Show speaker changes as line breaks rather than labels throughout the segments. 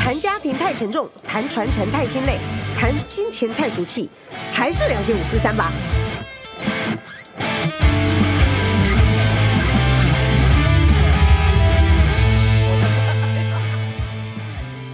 谈家庭太沉重，谈传承太心累，谈金钱太俗气，还是聊些五四三吧。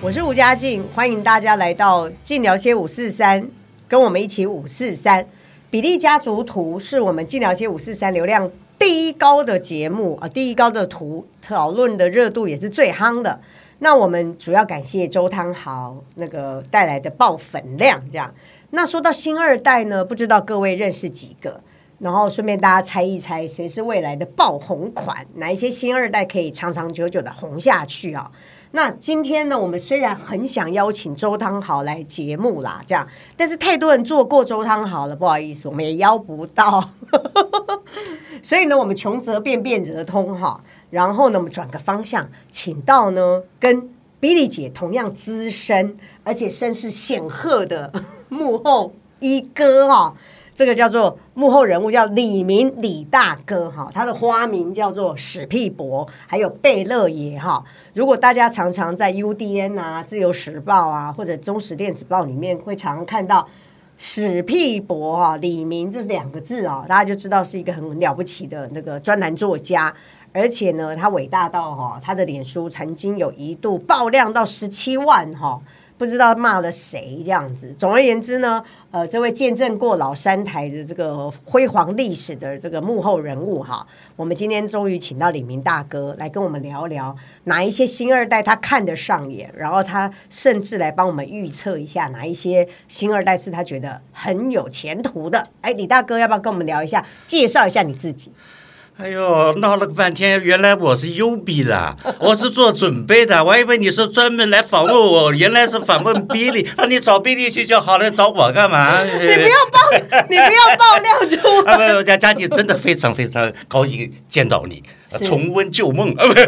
我是吴佳静，欢迎大家来到静聊些五四三，跟我们一起五四三。比利家族图是我们静聊些五四三流量第一高的节目啊，第一高的图，讨论的热度也是最夯的。那我们主要感谢周汤豪那个带来的爆粉量，这样。那说到新二代呢，不知道各位认识几个？然后顺便大家猜一猜，谁是未来的爆红款？哪一些新二代可以长长久久的红下去啊？那今天呢，我们虽然很想邀请周汤豪来节目啦，这样，但是太多人做过周汤豪了，不好意思，我们也邀不到。所以呢，我们穷则变，变则通哈。然后呢，我们转个方向，请到呢跟比利姐同样资深，而且身世显赫的幕后一哥哈、这个叫做幕后人物，叫李明李大哥哈，他的花名叫做史屁伯，还有贝勒爷哈。如果大家常常在 UDN 啊、自由时报啊，或者中时电子报里面，会常常看到史屁伯啊、李明这两个字啊，大家就知道是一个很了不起的那个专栏作家。而且呢，他伟大到哈、他的脸书曾经有一度爆量到十七万哈、不知道骂了谁这样子。总而言之呢，呃，这位见证过老三台的这个呃辉煌历史的这个幕后人物哈，我们今天终于请到李明大哥来跟我们聊聊哪一些新二代他看得上眼，然后他甚至来帮我们预测一下哪一些新二代是他觉得很有前途的。哎，李大哥，要不要跟我们聊一下，介绍一下你自己？
哎呦，闹了个半天，原来我是优比 的，我是做准备的，我还以为你是专门来访问我，原来是访问比利，那你找比利去就好了，找我干嘛？ 哎
你不要爆，你不要爆料出
啊，
来。
不，我家家里真的非常非常高兴见到你，呃
是
重温旧梦啊，不不啊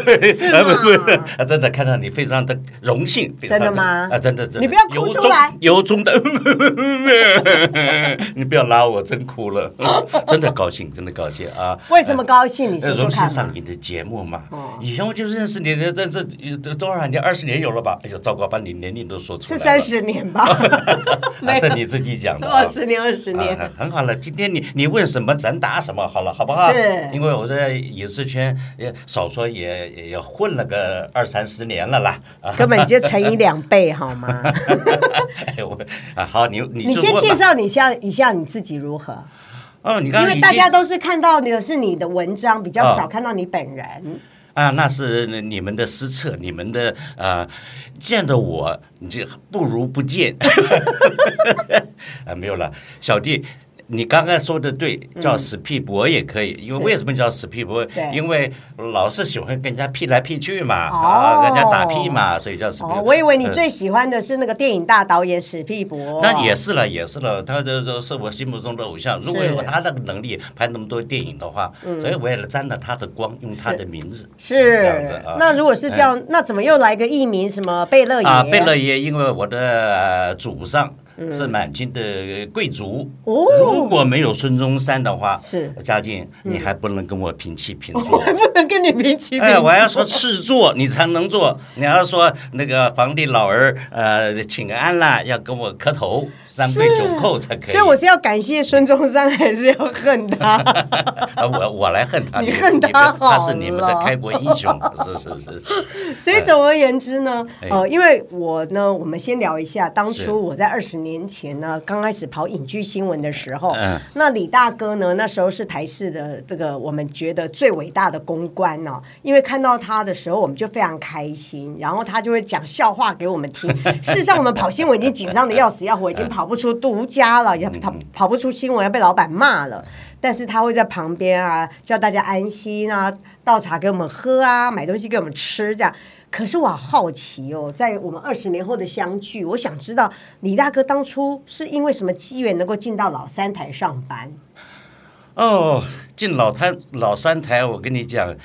不不
吗
啊，真的看到你非常的荣幸，非常
真的吗
啊，真的真的，
你不要哭
由
出
衷
来
由衷的， 你不要拉我，真 哭了，真的高兴，真的高兴啊！
为什么高兴？你说说
荣幸
看
上
嘛。
你的节目嘛
哦，
以前我就认识你的，这这这多少年？二十年有了吧？哎呦，糟糕，把你年龄都说出来
是
了，？
三十年吧没
啊，
有
这你自己讲的啊
二十年，二十 年。
啊，很好了。今天你你问什么，咱答什么，好了，好不好？
是
因为我在影视圈也少说也也也混了个二三十年了啦。啊，
根本就乘以两倍，好吗？
哎我啊，好，你你
你
就
先
问
介
吧。
绍你下一下你自己如何？
哦，你刚
因
刚已
为
经
大家都是看到的是你的文章，比较
哦
少看到你本人。
啊，那是你们的失策，你们的啊、见到我你就不如不见。 啊，没有了，小弟。你刚刚说的对，叫死屁博也可以，
嗯
因为
是
为什么叫死屁博
对？
因为老是喜欢跟人家屁来屁去嘛，
哦
啊，跟人家打屁嘛，所以叫死屁
哦
博。，
我以为你
呃
最喜欢的是那个电影大导演史屁博。
那也是了，也是了，他这这是我心目中的偶像。如果
是嗯
有他那个能力拍那么多电影的话，所以我也沾了他的光，用他的名字
是
这样子啊。
那如果是这样，那怎么又来个艺名什么贝勒爷
啊，贝勒爷，因为我的祖上是满清的贵族，
嗯哦
如果没有孙中山的话，
是哦
嘉靖，你还不能跟我平起平 坐。
不能跟你平起平
哎，
坐。
我要说赤坐，你才能坐。你要说那个皇帝老儿，呃，请安啦，要跟我磕头，三跪九叩才可以。
所以我是要感谢孙中山，还是要恨他？
啊，我我来恨他，
你恨他
不要他
好
是你们的
了
开国英雄，是是 是。
所以总而言之呢，
哎
呃，因为我呢，我们先聊一下，当
是
初我在二十年前呢，刚开始跑影剧新闻的时候，哦
嗯
那李大哥呢，那时候是台视的这个我们觉得最伟大的公关哦，因为看到他的时候，我们就非常开心，然后他就会讲笑话给我们听。事实上，我们跑新闻已经紧张的要死要活，已经跑不出独家了，也跑跑不出新闻，要被老板骂了。但是他会在旁边啊，叫大家安心啊，倒茶给我们喝啊，买东西给我们吃这样。可是我好好奇哦，在我们二十年后的相聚，我想知道李大哥当初是因为什么机缘能够进到老三台 上班？
哦，进老摊老三台，我跟你讲，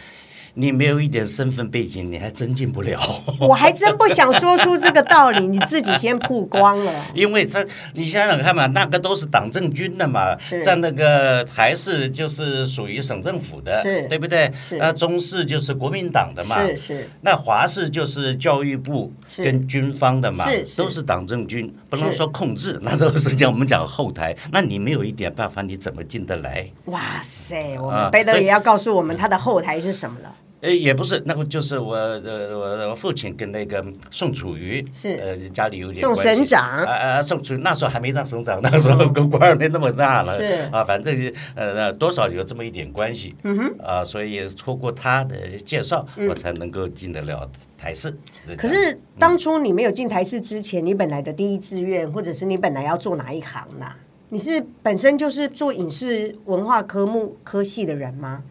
你没有一点身份背景，你还真进不了。
我还真不想说出这个道理，你自己先曝光了。
因为他，你想想看嘛，那个都是党政军的嘛
是，
在那个台市就是属于省政府的
是，
对不对
是？
那中市就是国民党的嘛，
是是，
那华视就是教育部
是
跟军方的嘛
是，是
都是党政军，不能
是
说控制，那都是讲我们讲后台。那你没有一点办法，你怎么进得来？
哇塞，我
啊
们贝德
所以
也要告诉我们他的后台是什么 了。
呃，也不是，那个就是我呃我我父亲跟那个宋楚瑜
是
呃家里有点
宋
关系
省长嗯
啊啊宋楚瑜那时候还没当省长，那时候跟官儿没那么大了，
是
啊，反正呃那多少有这么一点关系，嗯哼，啊，所以通过他的介绍，我才能够进得了台视。这
嗯可
样
是当初你没有进台视之前，你本来的第一志愿，或者是你本来要做哪一行呢、你是本身就是做影视文化科目科系的人吗？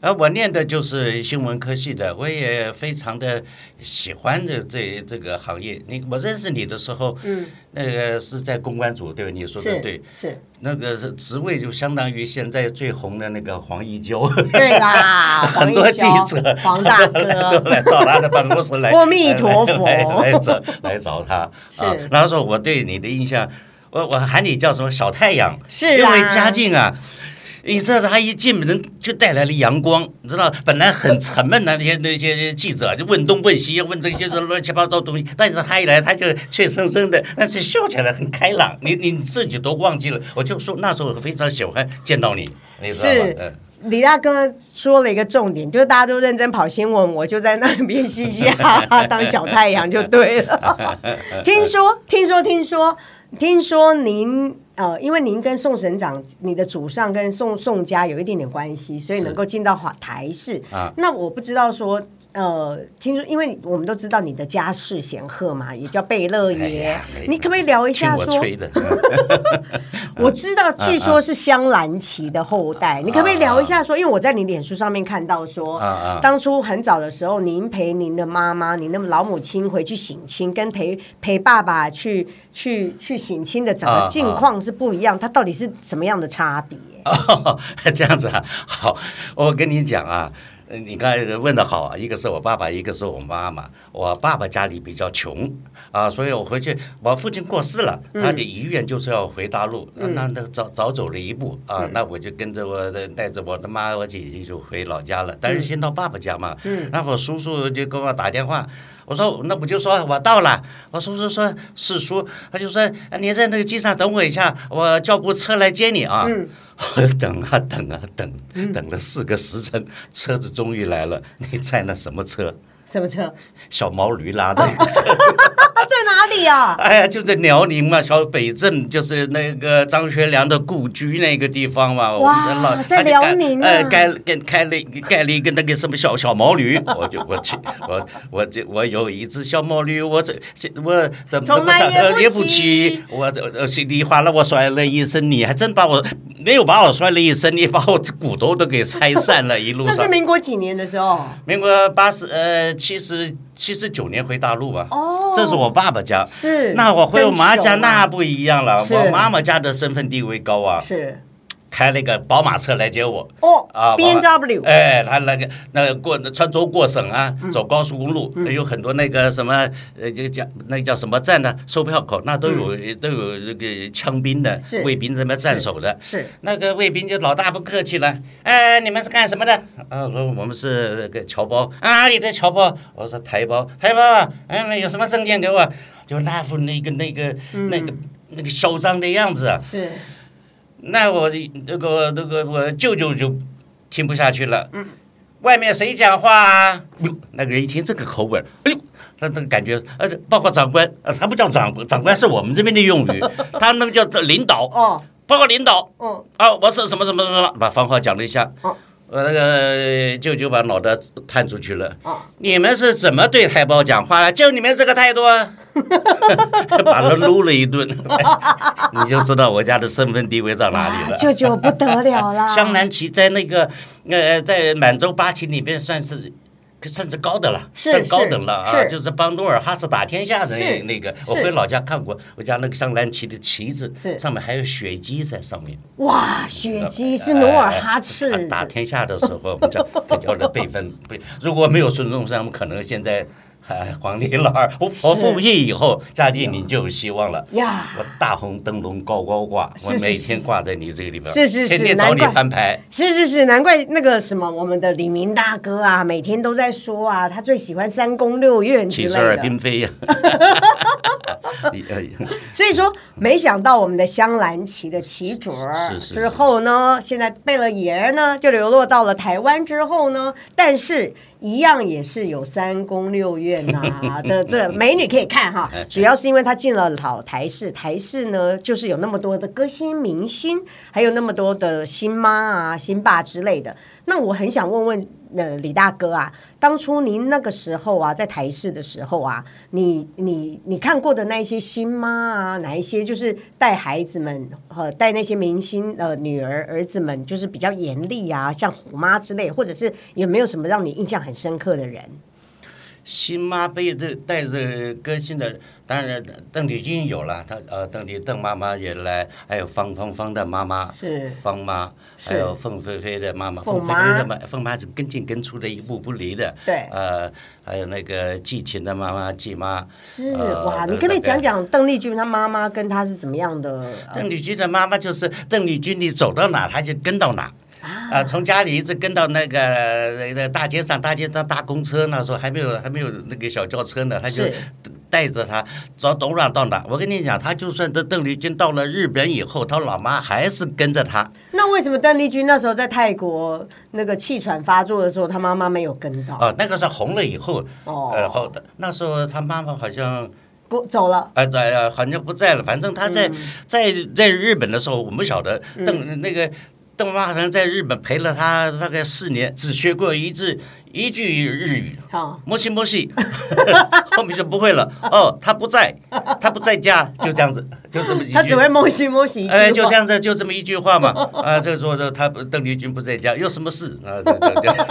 啊，我念的就是新闻科系的，我也非常的喜欢这这这个行业。你我认识你的时候，嗯，那个是在公关组，对吧？你说的
是
对，
是，
那个是职位就相当于现在最红的那个黄一娇，
对啦，
很多
黄义
记
交
者、
黄大
都
哥，
来到他的办公室来，
阿弥陀佛
来来来找 来找他
是
啊。然后说我对你的印象，我我喊你叫什么小太阳，
是
因
啦
为嘉靖啊。你知道他一进门就带来了阳光，你知道本来很沉闷的那些那些记者就问东问西，问这些乱七八糟东西，但是他一来他就怯生生的，但是笑起来很开朗。你你自己都忘记了，我就说那时候我非常喜欢见到你，你知道吗？嗯
是李大哥说了一个重点，就是大家都认真跑新闻，我就在那边嘻嘻哈哈当小太阳就对 了。听说，听说，听说，听说您呃，因为您跟宋省长、你的祖上跟宋宋家有一点点关系，所以能够进到华台视。
啊
那我不知道说。呃，听说，因为我们都知道你的家世显赫嘛，也叫贝勒
哎
爷，
呀没
你可不可以聊一
听
下
我
说？
吹的。嗯
我知道，据说是香兰旗的后
嗯
代，你可不可以聊一下说？因为我在你脸书上面看到说
啊啊，
当初很早的时候，您陪您的妈妈、您的老母亲回去省亲，跟陪陪爸爸去去去省亲的整
啊
个
啊
境况是不一样，它到底是什么样的差别？
哦，这样子啊，好，我跟你讲啊，呃你刚才问的好，一个是我爸爸，一个是我妈妈。我爸爸家里比较穷啊，所以我回去，我父亲过世了，他的遗愿就是要回大陆，那那早早走了一步啊，那我就跟着我的带着我的妈，我姐姐就回老家了，但是先到爸爸家嘛，那我叔叔就给我打电话。我说那我就说我到了，我叔叔说是叔，他就说啊你在那个机场等我一下，我叫部车来接你啊。我 等啊等啊等，等了四个时辰，车子终于来了。你猜那什么车？
什么车？
小毛驴拉的车。
啊， 在哪里啊？
哎呀，就在辽宁嘛，小北镇就是那个张学良的故居那个地方嘛。我们的
哇
老
在
他就
辽
盖
宁
呃
啊，
盖盖开了一个盖了一个那个什么小小毛驴， 我就我去我我这我有一只小毛驴，我这这我怎么
从来
怎么
也不
呃也不
骑
骑，我这呃稀里哗啦我摔了一身，你还真把我没有把我摔了一身，你把我骨头都给拆散了，一路
那
上
是。民国几年的时候？
民国八十呃七十七十九年回大陆吧，
哦
这是我爸爸家，
是
那我回我妈家
真久啊
那不一样了，
是
我妈妈家的身份地位高啊，
是
开了一个宝马车来接我。
哦
啊
，B N W 嗯
哎，他那个那个过穿州过省啊，走高速公路、有很多那个什么呃，这个叫那个叫什么站呢？售票口那都有、都有那个枪兵的
嗯是
卫兵在那站守的。
是
那个卫兵就老大不客气了，哎，你们是干什么的？啊，我说我们是那个侨胞，啊哪里的侨胞？我说台胞，台胞啊，哎，那有什么证件给我？就那副那个那个、
嗯
那个那个嚣张的样子啊。
是
那我那个那个我舅舅就听不下去了。外面谁讲话啊？哟，那个人一听这个口吻，哎呦，他他感觉呃，报告长官，呃，他不叫长官，长官是我们这边的用语，他那个叫领导，
哦
报告领导
哦
啊，我是什么什么什么，把方话讲了一下。
哦
我那个舅舅把脑袋探出去了。
哦，
你们是怎么对台胞讲话的？就你们这个态度啊， 把他撸了一顿， 你就知道我家的身份地位到哪里
哇
了。
舅舅 不得了啦！
香南旗在那个呃，在满洲八旗里边算是甚至高等了，
是
算高等了啊，
是
就是邦努尔哈赤打天下的那
是
那个
是，
我回老家看过，我家那个上蓝旗的旗子
是
上面还有血迹在上面，
哇，
知
雪
道
姬
吧
是努尔
哎
哈
打
赤
打天下的时候，我们叫他叫了辈分。不，如果没有孙中山，我们可能现在还皇帝老二。我我
是
复辟以后，嘉靖你就有希望了。
呀，
我大红灯笼高高挂，
是
我
是
每
是
天挂在你这个地方，
是是是
天天找
难
你
怪
翻牌。
是是是，难怪那个什么我们的李明大哥啊，每天都在说啊，他最喜欢三宫六院之
起
类
事儿
的。
并 非呀。你哎
所以说，没想到我们的香兰旗的旗主儿
是是是
之后呢，现在贝勒爷儿呢就流落到了台湾之后呢，但是一样也是有三宫六院呐、 的这个美女可以看哈。
哎
主要是因为她进了老台式，台式呢就是有那么多的歌星明星，还有那么多的星妈啊、星爸之类的。那我很想问问。呃，李大哥啊，当初您那个时候啊，在台视的时候啊，你你你看过的那一些新妈啊，哪一些就是带孩子们呃，带那些明星呃女儿儿子们，就是比较严厉啊，像虎妈之类，或者是有没有什么让你印象很深刻的人？
新妈背着带着歌星的，当然邓丽君有了，她呃邓丽邓妈妈也来，还有方芳芳的妈妈
是
方妈，
是
还有凤飞飞的妈妈，
凤
凤飞
妈
飞的妈凤妈是跟进跟出的，一步不离的。
对
呃，还有那个季琴的妈妈季妈，
是、
呃
哇，你可不可以讲。讲邓丽君她妈妈跟她是怎么样的？呃
邓丽君的妈妈就是邓丽君，你走到哪她就跟到哪。啊、从家里一直跟到那个那个大街上，大街上搭公车那时候还没有还没有那个小轿车呢，她就是带着她走走哪到哪。我跟你讲，她就算这邓丽君到了日本以后，她老妈还是跟着她。
那为什么邓丽君那时候在泰国那个气喘发作的时候，她妈妈没有跟到？
哦，那个是红了以后，
哦
呃，后那时候她妈妈好像
过走了，
啊，在啊，好像不在了。反正他
嗯
在、在在日本的时候，我们晓得邓、那个邓妈好像在日本陪了他大概四年，只学过一句一句日语。
好、
摩西摩西， 后面就不会了。哦，他不在，他不在家，就这样子，就这么几句。
她只会摸西摸西一句话。
哎，就这样子，就这么一句话嘛。啊，就说说他邓丽君不在家，有什么事啊？就就就。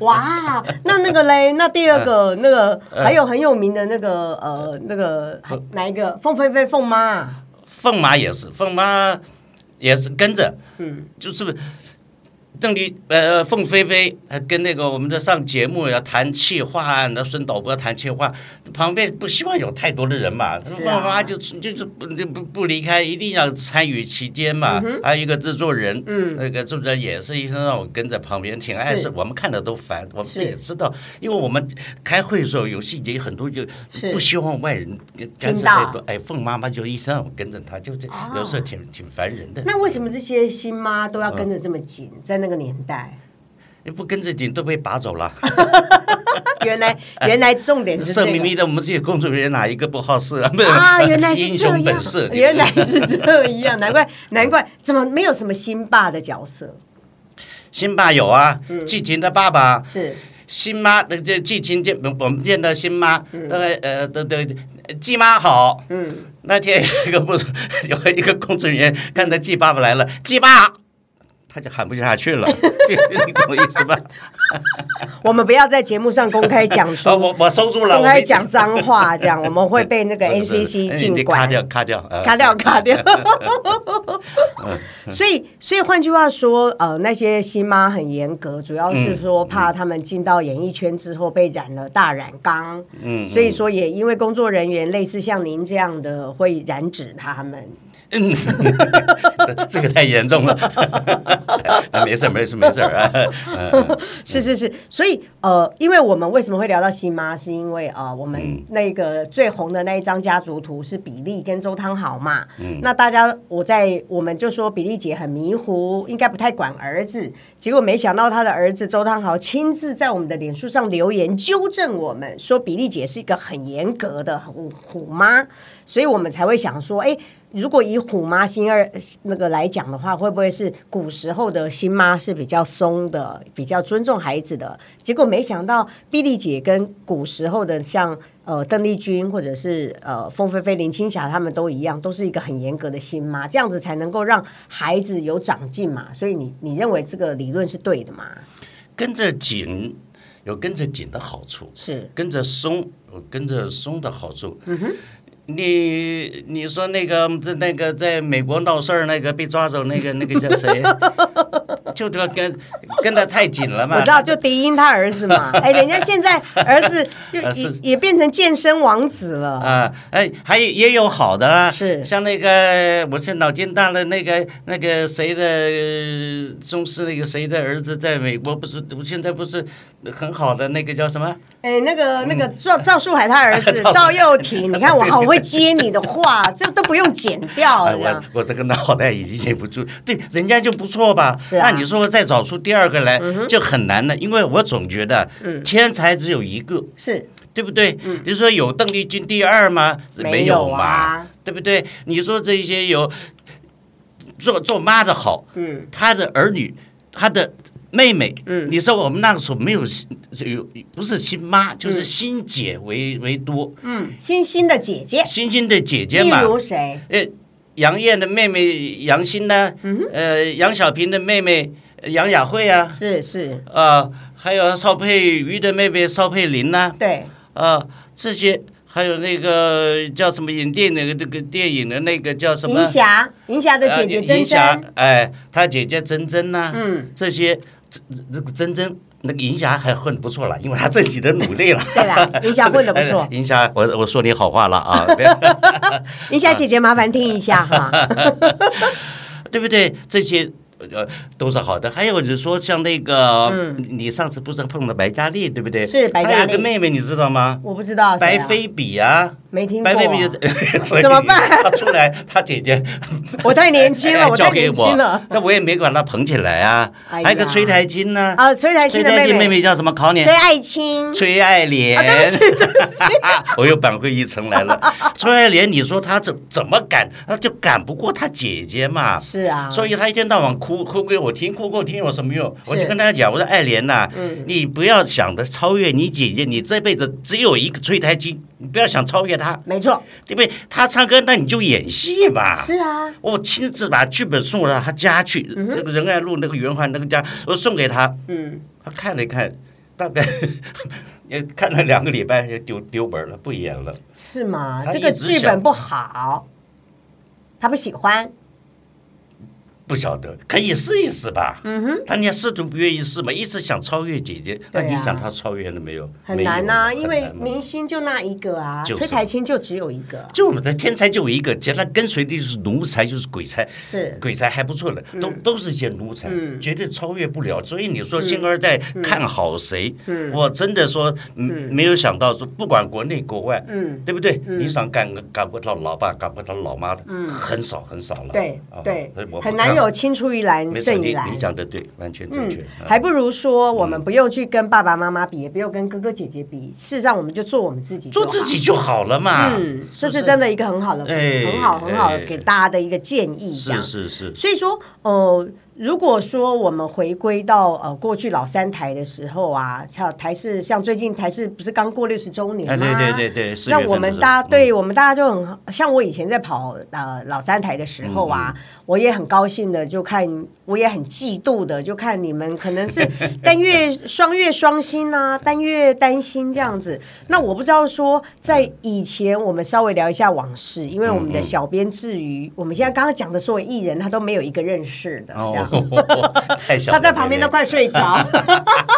哇，那那个嘞，那第二个、那个
嗯
还有很有名的那个呃那个还哪一个凤飞飞凤妈
凤妈也是，凤妈也是跟着，嗯，就是邓丽呃凤飞飞还跟那个我们的上节目要谈气话，那孙导播谈气话，旁边不希望有太多的人嘛，凤
啊
妈就就是不就不不离开，一定要参与其间
嗯
嘛。还有一个制作人，嗯，那个制作人也是一生让我跟在旁边，挺碍
是
事，我们看的都烦，我们
是
自己知道，因为我们开会的时候有细节很多就。
是
不希望外人干涉太多。哎，凤妈妈就一直让我跟着她，就这
哦
有时候挺挺烦人的。
那为什么这些新妈都要跟着这么紧？
呃
在那个年代，
你不跟着紧都被拔走了，
原来原来重点是这
色眯眯
个。
的。我们这些工作人员哪一个不好事啊？不是
啊，原来是
英
这
雄
样
本色，，
原来是这样，难 怪难怪，怎么没有什么新爸的角色？
辛巴有啊，
嗯
季琴的爸爸，
是
辛妈那这季琴见我们见到辛妈，大概呃对对，季妈好。
嗯，
那天有一个不 有一个工作人员看到季爸爸来了，季爸。他就喊不 下去了， 这你懂我意思吧？
我们不要在节目上公开讲
哦，
说，
我我收住了，
公
我
开
没
讲脏话，这样我们会被那个
是是是
NCC
哎
禁
你
管
卡。掉，卡掉，嗯呃
卡 掉卡掉。所以，所以换句话说，呃，那些新妈很严格，主要是说怕他们进到演艺圈之后被染了大染缸。嗯，所以说也因为工作人员类似像您这样的会染指他们。
嗯，这这个太严重了， 啊没事没事没事啊， 呃
是是是，所以呃，因为我们为什么会聊到新妈，是因为呃，我们那个最红的那一张家族图是比利跟周汤豪嘛。那大家我在我们就说比利姐很迷糊，应该不太管儿子，结果没想到他的儿子周汤豪亲自在我们的脸书上留言纠正我们，说比利姐是一个很严格的虎虎妈，所以我们才会想说，哎。如果以虎妈新二那个来讲的话，会不会是古时候的新妈是比较松的，比较尊重孩子的？结果没想到，碧丽姐跟古时候的像呃邓丽君或者是呃凤飞飞、林青霞她们都一样，都是一个很严格的新妈，这样子才能够让孩子有长进嘛。所以你你认为这个理论是对的吗？
跟着紧，有跟着紧的好处，
是嗯
跟着松有跟着松的好处。你你说那个这那个在美国闹事儿那个被抓走那个那个叫谁？ 就这个跟跟的太紧了嘛。
我知道，就迪英他儿子嘛。哎，人家现在儿子又
啊
也
是
也变成健身王子了。
啊，哎，还有也有好的啦，
是
像那个我是脑筋大的那个那个谁的呃宗师那个谁的儿子在美国不是现在不是很好的那个叫什么？
哎，那个那个赵赵树海他儿子
嗯 赵树
赵
海
又廷，你看我好会接你的话，这都不用剪掉
啊，
这样
我我这个脑袋已经忍不住，对，人家就不错吧？
是啊嗯
那你说再找出第二个来、就很难了，因为我总觉得天才只有一个。
是
对不对？你说有邓丽君第二吗？
嗯没有
有嘛，
啊
对不对？你说这些有做做妈的好，
嗯，
她的儿女，她的妹妹，
嗯
你说我们那个时候没有亲有不是亲妈，就是亲姐为、为多，
嗯，欣欣的姐姐，
欣欣的姐姐
例
嘛，
如谁？
呃，杨艳的妹妹杨欣呢，
嗯
呃，杨小平的妹妹呃杨雅慧啊，
是是，
啊，还有邵佩瑜的妹妹邵佩玲呐、
对，
啊，这些还有那个叫什么影电那个那个电影的那个叫什么
银？霞，银霞的姐姐
啊银
珍
霞
珍，，
哎，她姐姐珍珍呐、
嗯，
这些这这个珍珍。那个银霞还混得不错了，因为她自己的努力了。
对啦银霞混得不 错
银霞，我我说你好话了啊，
银霞姐姐麻烦听一下哈。
啊对不对？这些呃都是好的。还有就是说，像那个、你上次不是碰到白嘉莉，对不对？
嗯是白嘉莉
她有个妹妹，你知道吗？
我不知道谁
白
啊，
菲比啊，
没听过
白
啊，
费米就 所以
怎么办
他出来，他姐姐
我太年轻了，
哎
我
交
太
给
年
我
轻了，。
那我也没管他捧起来啊。
哎呀
还有个崔台金呢，
啊，崔台
崔
清的
台
妹
金妹妹叫什么？考你
崔。爱青，
崔爱莲，
啊对不起对
我又扳回一城来了。 崔爱莲，你说她怎怎么赶，她就赶不过她姐姐嘛。
是啊，
所以她一天到晚哭哭给我听，哭给我听有什么用？我就是跟她讲，我说爱莲呐、
嗯
你不要想着超越你姐姐，你这辈子只有一个崔台金，你不要想超越她。
没错，
对不对？他唱歌，那你就演戏嘛。
是啊，
我亲自把剧本送到他家去，那个仁爱路那个圆环那个家，我送给他，
嗯，
他看了一看，大概 也看了两个礼拜，就丢丢本了，不演了。
是吗？
他
这个
一直
剧
想
本不好，他不喜欢，
不晓得，可以试一试吧。
嗯哼，
他连试都不愿意试嘛，一直想超越姐姐。那
对啊
你想他超越了没有？
很难呐、
没有
因
很
为
难嘛啊
明星就那一个啊，
就是
崔台清就只有一个，
就我们的天才就有一个，其他跟随的就是奴才，就是鬼才。
是
鬼才还不错的，都、都是一些奴才，
嗯
绝对超越不了。所以你说星二代看好谁，
嗯
我真的说、嗯没有想到说，不管国内国外，
嗯，嗯
对不对？你想赶赶不到老爸，赶不到老妈的，很少很少了。
对
啊
对
所以我，不
很难
看
有青出于蓝
没错，
胜于
你
蓝
你。讲的对，完全正
嗯
确。啊，
还不如说我们不用去跟爸爸妈妈比，也不用跟哥哥姐姐比，事实上我们就做我们自己，
做自。己就好了嘛。
嗯，这是真
的，
的一个很好的、
哎
很好、很好的
哎
给大家的一个建议，这
是
样。
是是，
所以说，呃，如果说我们回归到呃过去老三台的时候啊，像台视，像最近台视不是刚过六十周年吗？
哎，对对对对，四
那
月
我
份
们
的时候
大家
嗯
对我们大家就很像我以前在跑呃老三台的时候啊，我也很高兴的就看，我也很嫉妒的就看你们可能是单月双月双薪啊，单月单薪这样子。那我不知道说在以前我们稍微聊一下往事，因为我们的小编至于我们现在刚刚讲的所有艺人，他都没有一个认识的，这样。
哦， 太小了，
他在旁边
妹妹
都快睡着。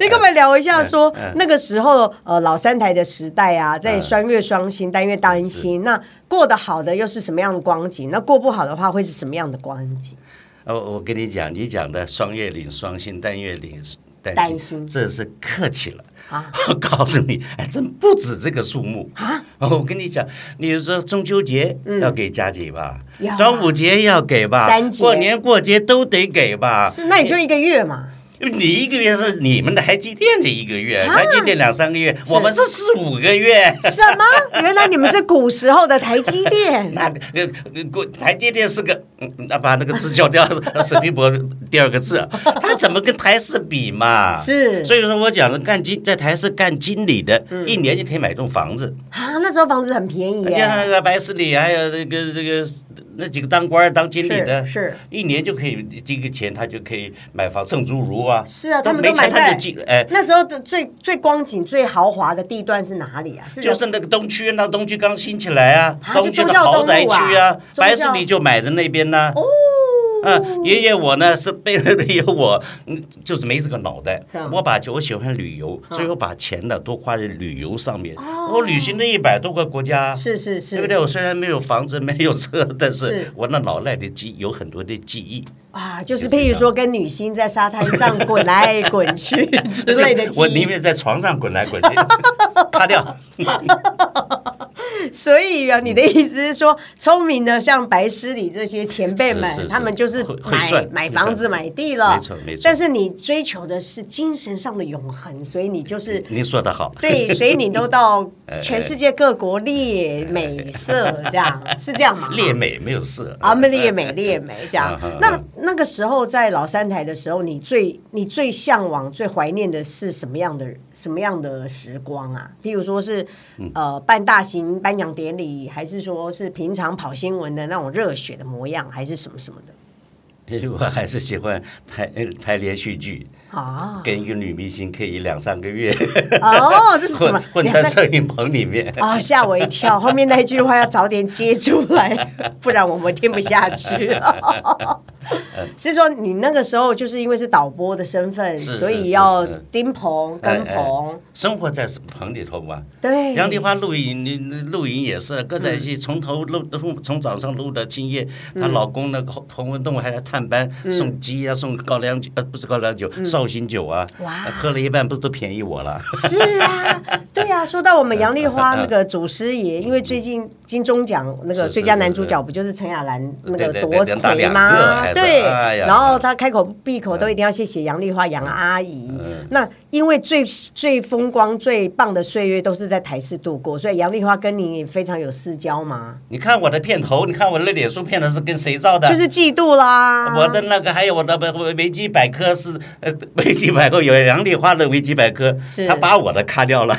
你跟我们聊一下说，那个时候呃老三台的时代啊，在双月双薪、单月单薪，那过得好的又是什么样的光景？那过不好的话会是什么样的光景？
哦，我跟你讲，你讲的双月岭、双星、单月岭、单
单
星，
星
这是客气了。
啊，
我告诉你，还真不止这个数目
啊！
我跟你讲，你说中秋节
嗯
要给佳节吧，
要啊
端午节要给吧，
三节
过年过节都得给吧。
那也就一个月 嘛，
你一个月是你们的台积电的一个月，
啊
台积电两三个月，我们是四五个月。
什么？原来你们是古时候的台积电。
那那那过台积电是个，嗯那把那个字叫掉， 史皮博第二个字，他怎么跟台式比嘛？
是嗯
所以说我讲了，干经在台式干经理的，一年就可以买栋房子。
啊，那时候房子很便宜
你看那
耶，
个白石里，还有这个这个那几个当官儿当经理的，
是是
一年就可以这个钱，他就可以买房送诸如啊。
是啊，他们
没
都买
钱他
在
就进，哎，
那时候的最最光景、最豪华的地段是哪里啊？是
就是那个东区，那东区刚兴起来啊，
啊
东
就
区
忠
的
孝东
豪
路
宅区
啊
啊
忠，
白士
孝
里就买在那边呢、
哦，
啊，
嗯
爷爷我呢是背了的有我，嗯，就是没这个脑袋
是啊。啊
我把我喜欢旅游，所以我把钱呢都花在旅游上面。我旅行了一百多个国家，
哦是是是，
对不对？我虽然没有房子，没有车，但
是
是我那脑袋里记有很多的记忆
啊，就是
就是
譬如说跟女星在沙滩上滚来滚去之类 的记
我宁
忆，
愿在床上滚来滚去， 擦掉。
所以啊，你的意思是说，聪明的像白诗里这些前辈们
是是，是
他们就是
会会
买
算
买
会
房
算
子、买地了，
没错没错
但是你追求的是精神上的永恒，所以你就是
您说的好，
对， 所以你都到
哎
全世界各国列美色，这样是这样吗？
烈美没有事
啊，那列美列美这样
嗯嗯。
那那个时候在老三台的时候，你最你最向往、最怀念的是什么样的什么样的时光啊？譬如说是
嗯
呃办大型颁奖典礼，还是说是平常跑新闻的那种热血的模样，还是什么什么的
我还是喜欢拍拍连续剧，
啊？
跟一个女明星可以两三个月
哦，这是什么
混？混在摄影棚里面。
啊！吓我一 跳，后面那句话要早点接出 来，不然我们听不下去。 是说你那个时候就是因为是导播的身份，
是是
所以
是
要
是
盯棚
哎
跟
哎
棚，
生活在棚里头嘛。
对，
杨丽花录影，你你录影也是各在一起，从头录，从早上录到今夜。她老公那个洪洪文栋还来探班，送鸡啊，送高粱酒，呃，不是高粱酒，绍兴酒啊
哇，
喝了一半不是都便宜我了？
是啊，对啊。说到我们杨丽花那个祖师爷，因为最近金钟奖那个
嗯是是
最佳男
是
主角不就是陈雅兰那
对
个
对
夺
对连打
魁
两个
吗？
还是
对，
哎呀嗯
然后他开口闭口都一定要谢谢杨丽花杨阿姨。那因为最最风光、最棒的岁月都是在台视度过，所以杨丽花跟你也非常有私交嘛，
你看我的片头，你看我的脸书片头是跟谁照的？
就是嫉妒啦。
我的那个，还有我的维维基百科是呃，维基百科有杨丽花的维基百科
是，
他把我的卡掉了。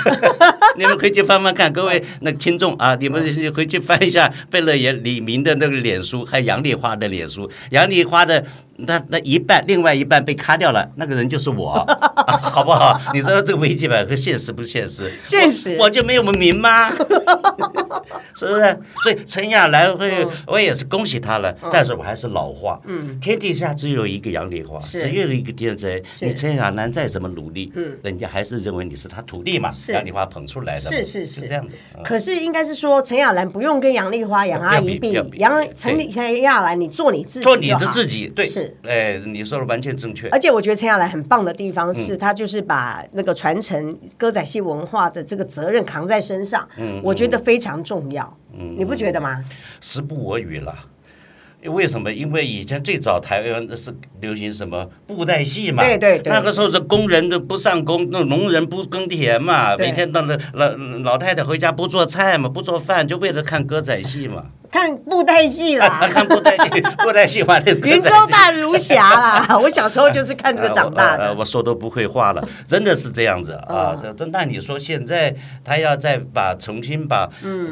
你们回去翻翻看，各位那个听众啊，你们回去翻一下贝勒爷李明的那个脸书，还有杨丽花的脸书，杨丽花的。那那一半，另外一半被卡掉了，那个人就是我， 啊好不好？你说这个维基百科现实不现实？
现实
我就没有名吗？ 是不是？所以陈亚兰会，
嗯
我也是恭喜她了，但是我还是老话，嗯，天底下只有一个杨丽花，
是
只有一个天才。
是
你陈亚兰再怎么努力，嗯，人家还是认为你是他徒弟嘛，
是
杨丽花捧出来的嘛，
是是是嗯
就这样子。嗯
可是应该是说，陈雅兰不用跟杨丽花、杨阿姨
不要比不要比
杨
对
陈陈雅兰，你做你自己，
做你的自。己，对，
是，
哎，你说的完全正确。
而且我觉得陈亚兰很棒的地方是，她就是把那个传承歌仔戏文化的这个责任扛在身上，
嗯
我觉得非常重要，你不觉得吗？
时不我与了。为什么？因为以前最早台湾是流行什么布袋戏嘛，
对对对
那个时候是工人都不上工，那农人不耕田嘛，
对
每天到了老老太太回家不做菜嘛，不做饭，就为了看歌仔戏 嘛，
看布袋戏
啊，
啦，
看布袋戏，布袋戏嘛，那歌
云
仔戏
州大儒侠啦， 我小时候就是看这个长大
啊我
的
啊。我说都不会话了，真的是这样子啊
哦。
这、那你说现在他要再把重新把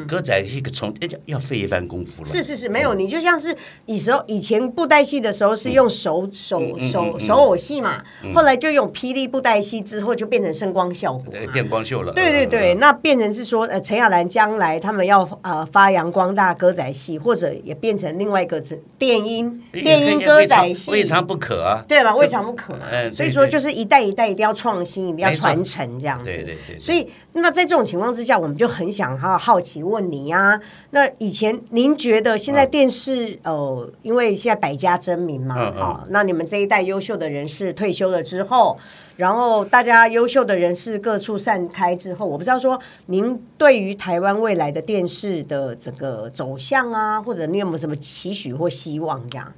歌仔戏给重，哎要费一番功夫
嗯
了。
是是是，没有你就像是以时候以前布袋戏的时候是用
嗯
手手手手偶戏嘛，后来就用霹雳布袋戏之后就变成声光效果
呃
嘛。
电光秀了。
对对
嗯
对，那变成是说，呃，陈亚兰将来他们要呃发扬光大歌仔戏，或者也变成另外一个是电音电音歌仔
未
戏，
尝不可啊。
对吧？
这
未尝不可嘛
哎。对
所以说，
对
就是一代一代一定要创新，一定要
没错
传承这样子。
对对对对
所以，那在这种情况之下，我们就很想好好奇问你啊，那以前您觉得现
嗯
在电视呃，因为现在百家争鸣嘛，
嗯嗯
哈、那你们这一代优秀的人士退休了之后，然后大家优秀的人士各处散开之后，我不知道说您对于台湾未来的电视的整个走向啊，或者你有没有什么期许或希望这样？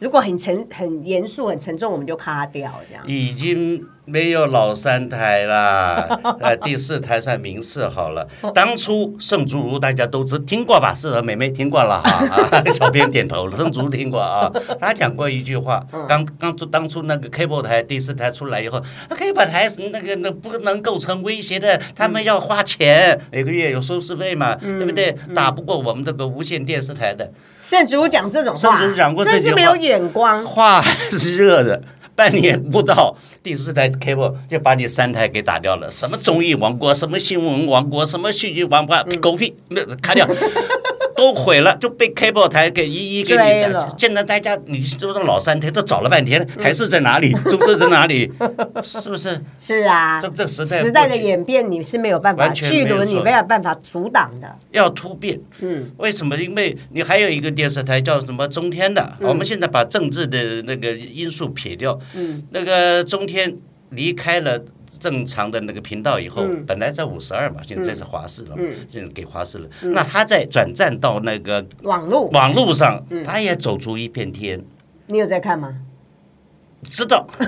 如果很沉、很严肃、很沉重，我们就卡掉这样。
已经没有老三台 啦，呃，第四台算名次好了。
哦
当初盛竹如大家都知听过吧？是的，美妹听 过了哈、啊。小编点头了，盛竹如听过啊。他讲过一句话，
嗯
刚刚当初那个 cable 台第四台出来以后啊，cable 台是那个那不能构成威胁的，他
嗯
们要花钱，每个月有收视费嘛，对不对？
嗯
打不过我们这个无线电视台的。
圣主讲这种话
圣主讲，过这
真
句
是
话
没有眼光。
话是热的，半年不到，第四台 cable 就把你三台给打掉了。什么综艺王国，什么新闻王国，什么戏剧王国，
嗯
狗屁，没有卡掉。都毁了，就被 cable 台给一一给
追
你
了
的。现在大家，你说的老三台都找了半天，台式在哪里， 中式在哪里，是不是？
是啊，
这这时代
时代
过
的
去
演变，你是没有办法
完全没
巨
有
轮，你
错
没有办法阻挡的。
要突变。嗯，为什么？因为你还有一个电视台叫什么中天的，我们现在把政治的那个因素撇掉。嗯，那个中天离开了。正常的那个频道以后，本来在五十二嘛，现在是华视了嘛，现在给华视了。那他再转战到那个
网络，
网络上，他也走出一片天。
你有在看吗？
知道，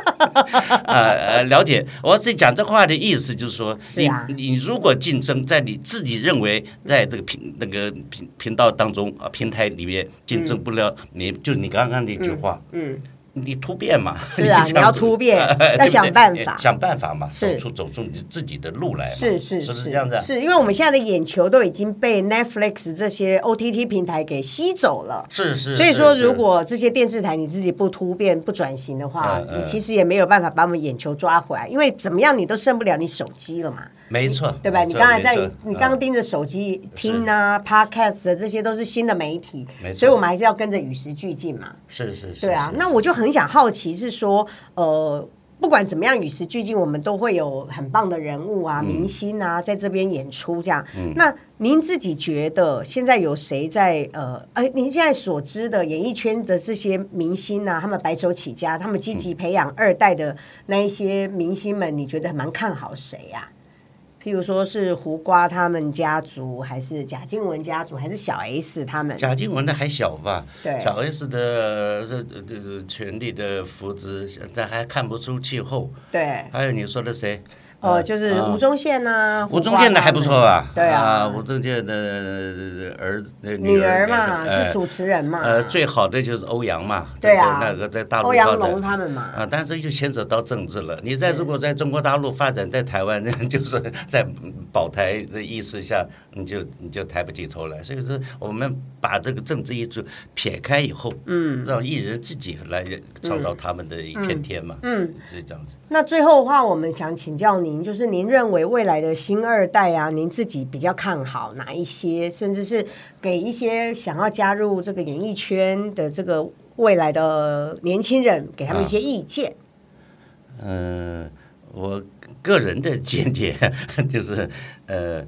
呃呃，了解。我只讲这话的意思就是说，
是啊
你你如果竞争在你自己认为在这个频那个频频道当中啊平台里面竞争不了，你就你刚刚那句话，
嗯，
你突变嘛，
是 啊
想
你要突变
对不对哎
要想办法
想办法嘛，
是
走出走出你自己的路来嘛，
是是
是不是这样子啊？
是因为我们现在的眼球都已经被 Netflix 这些 OTT 平台给吸走了。
是是，
所以说，
是
如果这些电视台你自己不突变、不转型的话，
嗯嗯
你其实也没有办法把我们眼球抓回来，因为怎么样你都胜不了你手机了嘛，
没错，
对吧？
没
你
错
刚才在
没
你
错
你
嗯
刚刚盯着手机听啊、podcast 的这些都是新的媒体
没，错
所以我们还是要跟着与时俱进嘛。
是是是，
对啊
是，
那我就很想好奇是说，呃，不管怎么样与时俱进，我们都会有很棒的人物
嗯
啊、明星啊，在这边演出这样。那您自己觉得现在有谁在呃，哎、您现在所知的演艺圈的这些明星啊，他们白手起家，他们
嗯
积极培养二代的那一些明星们，你觉得蛮看好谁呀、譬如说是胡瓜他们家族，还是贾静雯家族，还是小 S 他们？
贾静雯的还小吧，
嗯对
小 S 的这这这权力的扶植，现在还看不出气候。
对，
还有你说的谁？
呃，就是吴宗宪呐、胡
啊吴宗
瓜
宪的
他
还不
们
错吧？
对啊，
吴宗宪的呃儿子呃
女
儿
儿嘛，
呃
是主持人嘛，
呃，最好的就是欧阳嘛，
对
不
啊
那个在大陆
欧阳
发展
龙他们嘛
啊，但是就牵扯到政治了。你在如果在中国大陆发展，在台湾 就是在保台的意识下，你就你就抬不起头来。所以说，我们把这个政治因素撇开以后，嗯，让艺人自己来创造他们的一片天嘛，嗯，是这样子。
那最后的话，我们想请教您，就是您认为未来的新二代啊，您自己比较看好哪一些，甚至是给一些想要加入这个演艺圈的这个未来的年轻人，给他们一些意见。
啊嗯、我个人的见解 就是，呃，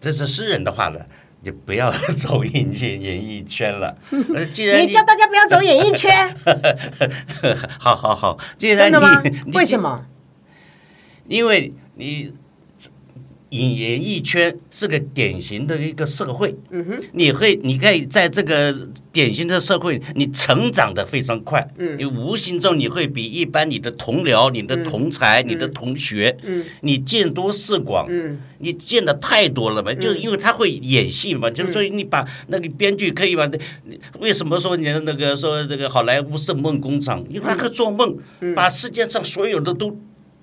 这是私人的话了，就不要 走演艺演艺圈了。呃，既然
你叫大家不要走演艺圈，
好好好， 既然
真
你
的吗
你？
为什？么？
因为你演演艺圈是个典型的一个社会，嗯哼，你会你可以在这个典型的社会，你成长的非常快，嗯，你无形中你会比一般你的同僚、你的同才、你的同学，嗯，你见多识广，嗯，你见的太多了嘛，
嗯
就因为他会演戏嘛，就是说你把那个编剧可以把那为什么说你那个说这个好莱坞是梦工厂？因为他会做梦，
嗯
把世界上所有的都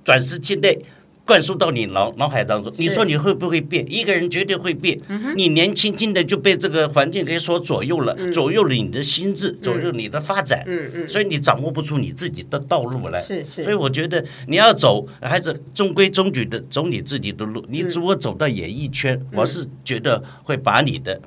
转世境内。灌输到你脑脑海当中，你说你会不会变？一个人绝对会变。
嗯
你年轻轻的就被这个环境给所左右了，左右了你的心智，左右你的发展。
嗯嗯，
所以你掌握不出你自己的道路来。
是是
哎所以我觉得你要走还是中规中矩的走你自己的路。你如果走到演艺圈，
嗯
我是觉得会把你的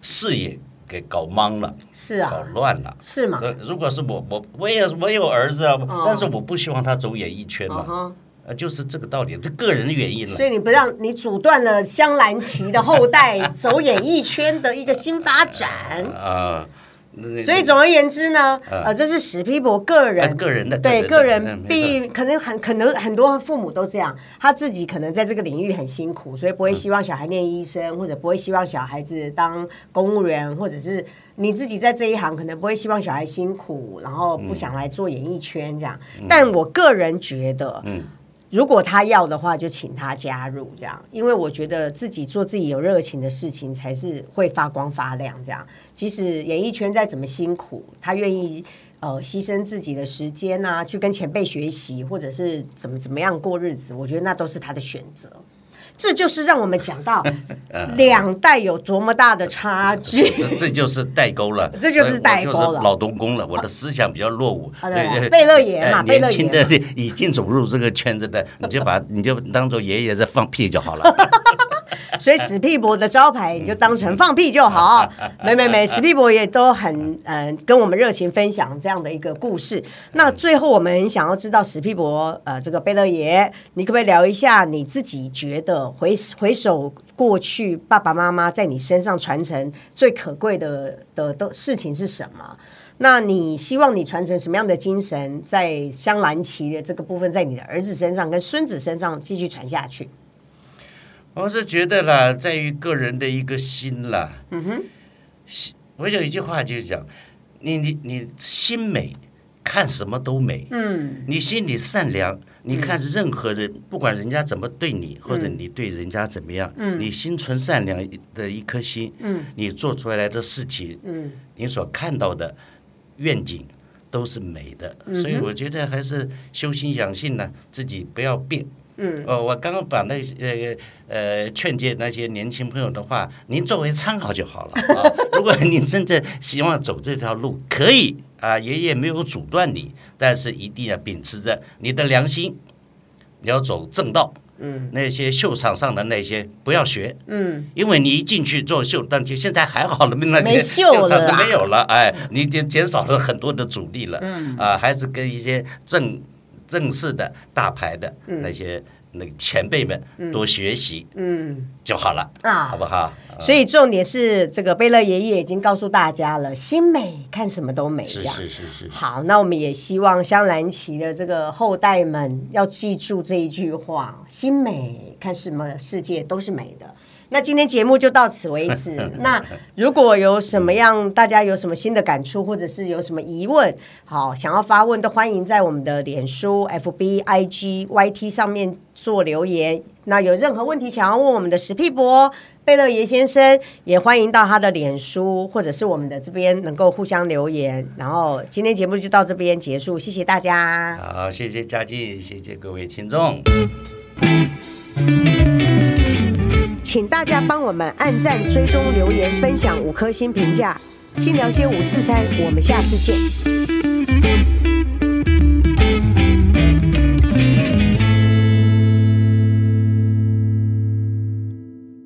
视野给搞懵了，
是啊哦
搞乱了。
是吗？
呃如果是我，我我也我有儿子啊，但是我不希望他走演艺圈
嗯
嘛，
哼
呃，就是这个道理，这个人的原因了
所。以你不让你阻断了香兰旗的后代走演艺圈的一个新发展。
啊、那
所以总而言之呢，呃，这是史皮博啊个人
呃个人的
对
个
个
人的
人
嗯
必可能很可能很多父母都这样，他自己可能在这个领域很辛苦，所以不会希望小孩念医生，或者不会希望小孩子当公务员，或者是你自己在这一行可能不会希望小孩辛苦，然后不想来做演艺圈这样。但我个人觉得，
嗯
如果他要的话，就请他加入这样，因为我觉得自己做自己有热情的事情，才是会发光发亮这样。即使演艺圈再怎么辛苦，他愿意呃牺牲自己的时间啊，去跟前辈学习，或者是怎么怎么样过日子，我觉得那都是他的选择。这就是让我们讲 到两代有多么大的差距。
啊 这这就是代沟了，
这就是
所以我
代沟了
老东工了，我的思想比较落伍。
啊对啊
对
贝勒爷嘛
哎
贝勒
年
爷
轻的 已经走入这个圈子的，你就把你就当做爷爷在放屁就好了。
所以史屁伯的招牌你就当成放屁就好。没没没，史屁伯也都很嗯、呃跟我们热情分享这样的一个故事。那最后我们想要知道史屁伯呃这个贝勒爷，你可不可以聊一下你自己觉得回回首过去爸爸妈妈在你身上传承最可贵的的的事情是什么？那你希望你传承什么样的精神，在香兰旗的这个部分，在你的儿子身上跟孙子身上继续传下去？
我是觉得啦，在于个人的一个心啦。嗯哼，心，我有一句话就讲，你你你心美，看什么都美。
嗯，
你心里善良，你看任何人，不管人家怎么对你，或者你对人家怎么样，你心存善良的一颗心，你做出来的事情，你所看到的愿景都是美的。所以我觉得还是修心养性呢，自己不要变。嗯，哦，我刚刚把那些呃呃劝诫那些年轻朋友的话，您作为参考就好了啊。 如果您真的希望走这条路，可以啊，爷爷没有阻断你，但是一定要秉持着你的良心，你要走正道。嗯，那些秀场上的那些不要学，
嗯，
因为你一进去做秀，但就现在还好了，那些
没秀了
秀场
啦
都没有了，哎，你就减少了很多的阻力了，嗯，啊，还是跟一些正正式的大牌的
嗯
那些那个前辈们多学习，嗯，就好了，
啊
好不好？
所以重点是，这个贝勒爷爷已经告诉大家了，心美看什么都美，这
是
样。
是是是，
好，那我们也希望香兰旗的这个后代们要记住这一句话：心美，看什么世界都是美的。那今天节目就到此为 止。那如果有什
嗯
么样大家有什么新的感触，或者是有什么疑问，好想要发问，都欢迎在我们的脸书、FB、IG、YT 上面做留言。那有任何问题想要问我们的史屁伯贝勒爷先生，也欢迎到他的脸书或者是我们的这边能够互相留言。然后今天节目就到这边结束，谢谢大家。
好，谢谢嘉靖，谢谢各位听众。
请大家帮我们按赞、追踪、留言、分享五颗星评价。尽聊些五四三，我们下次见。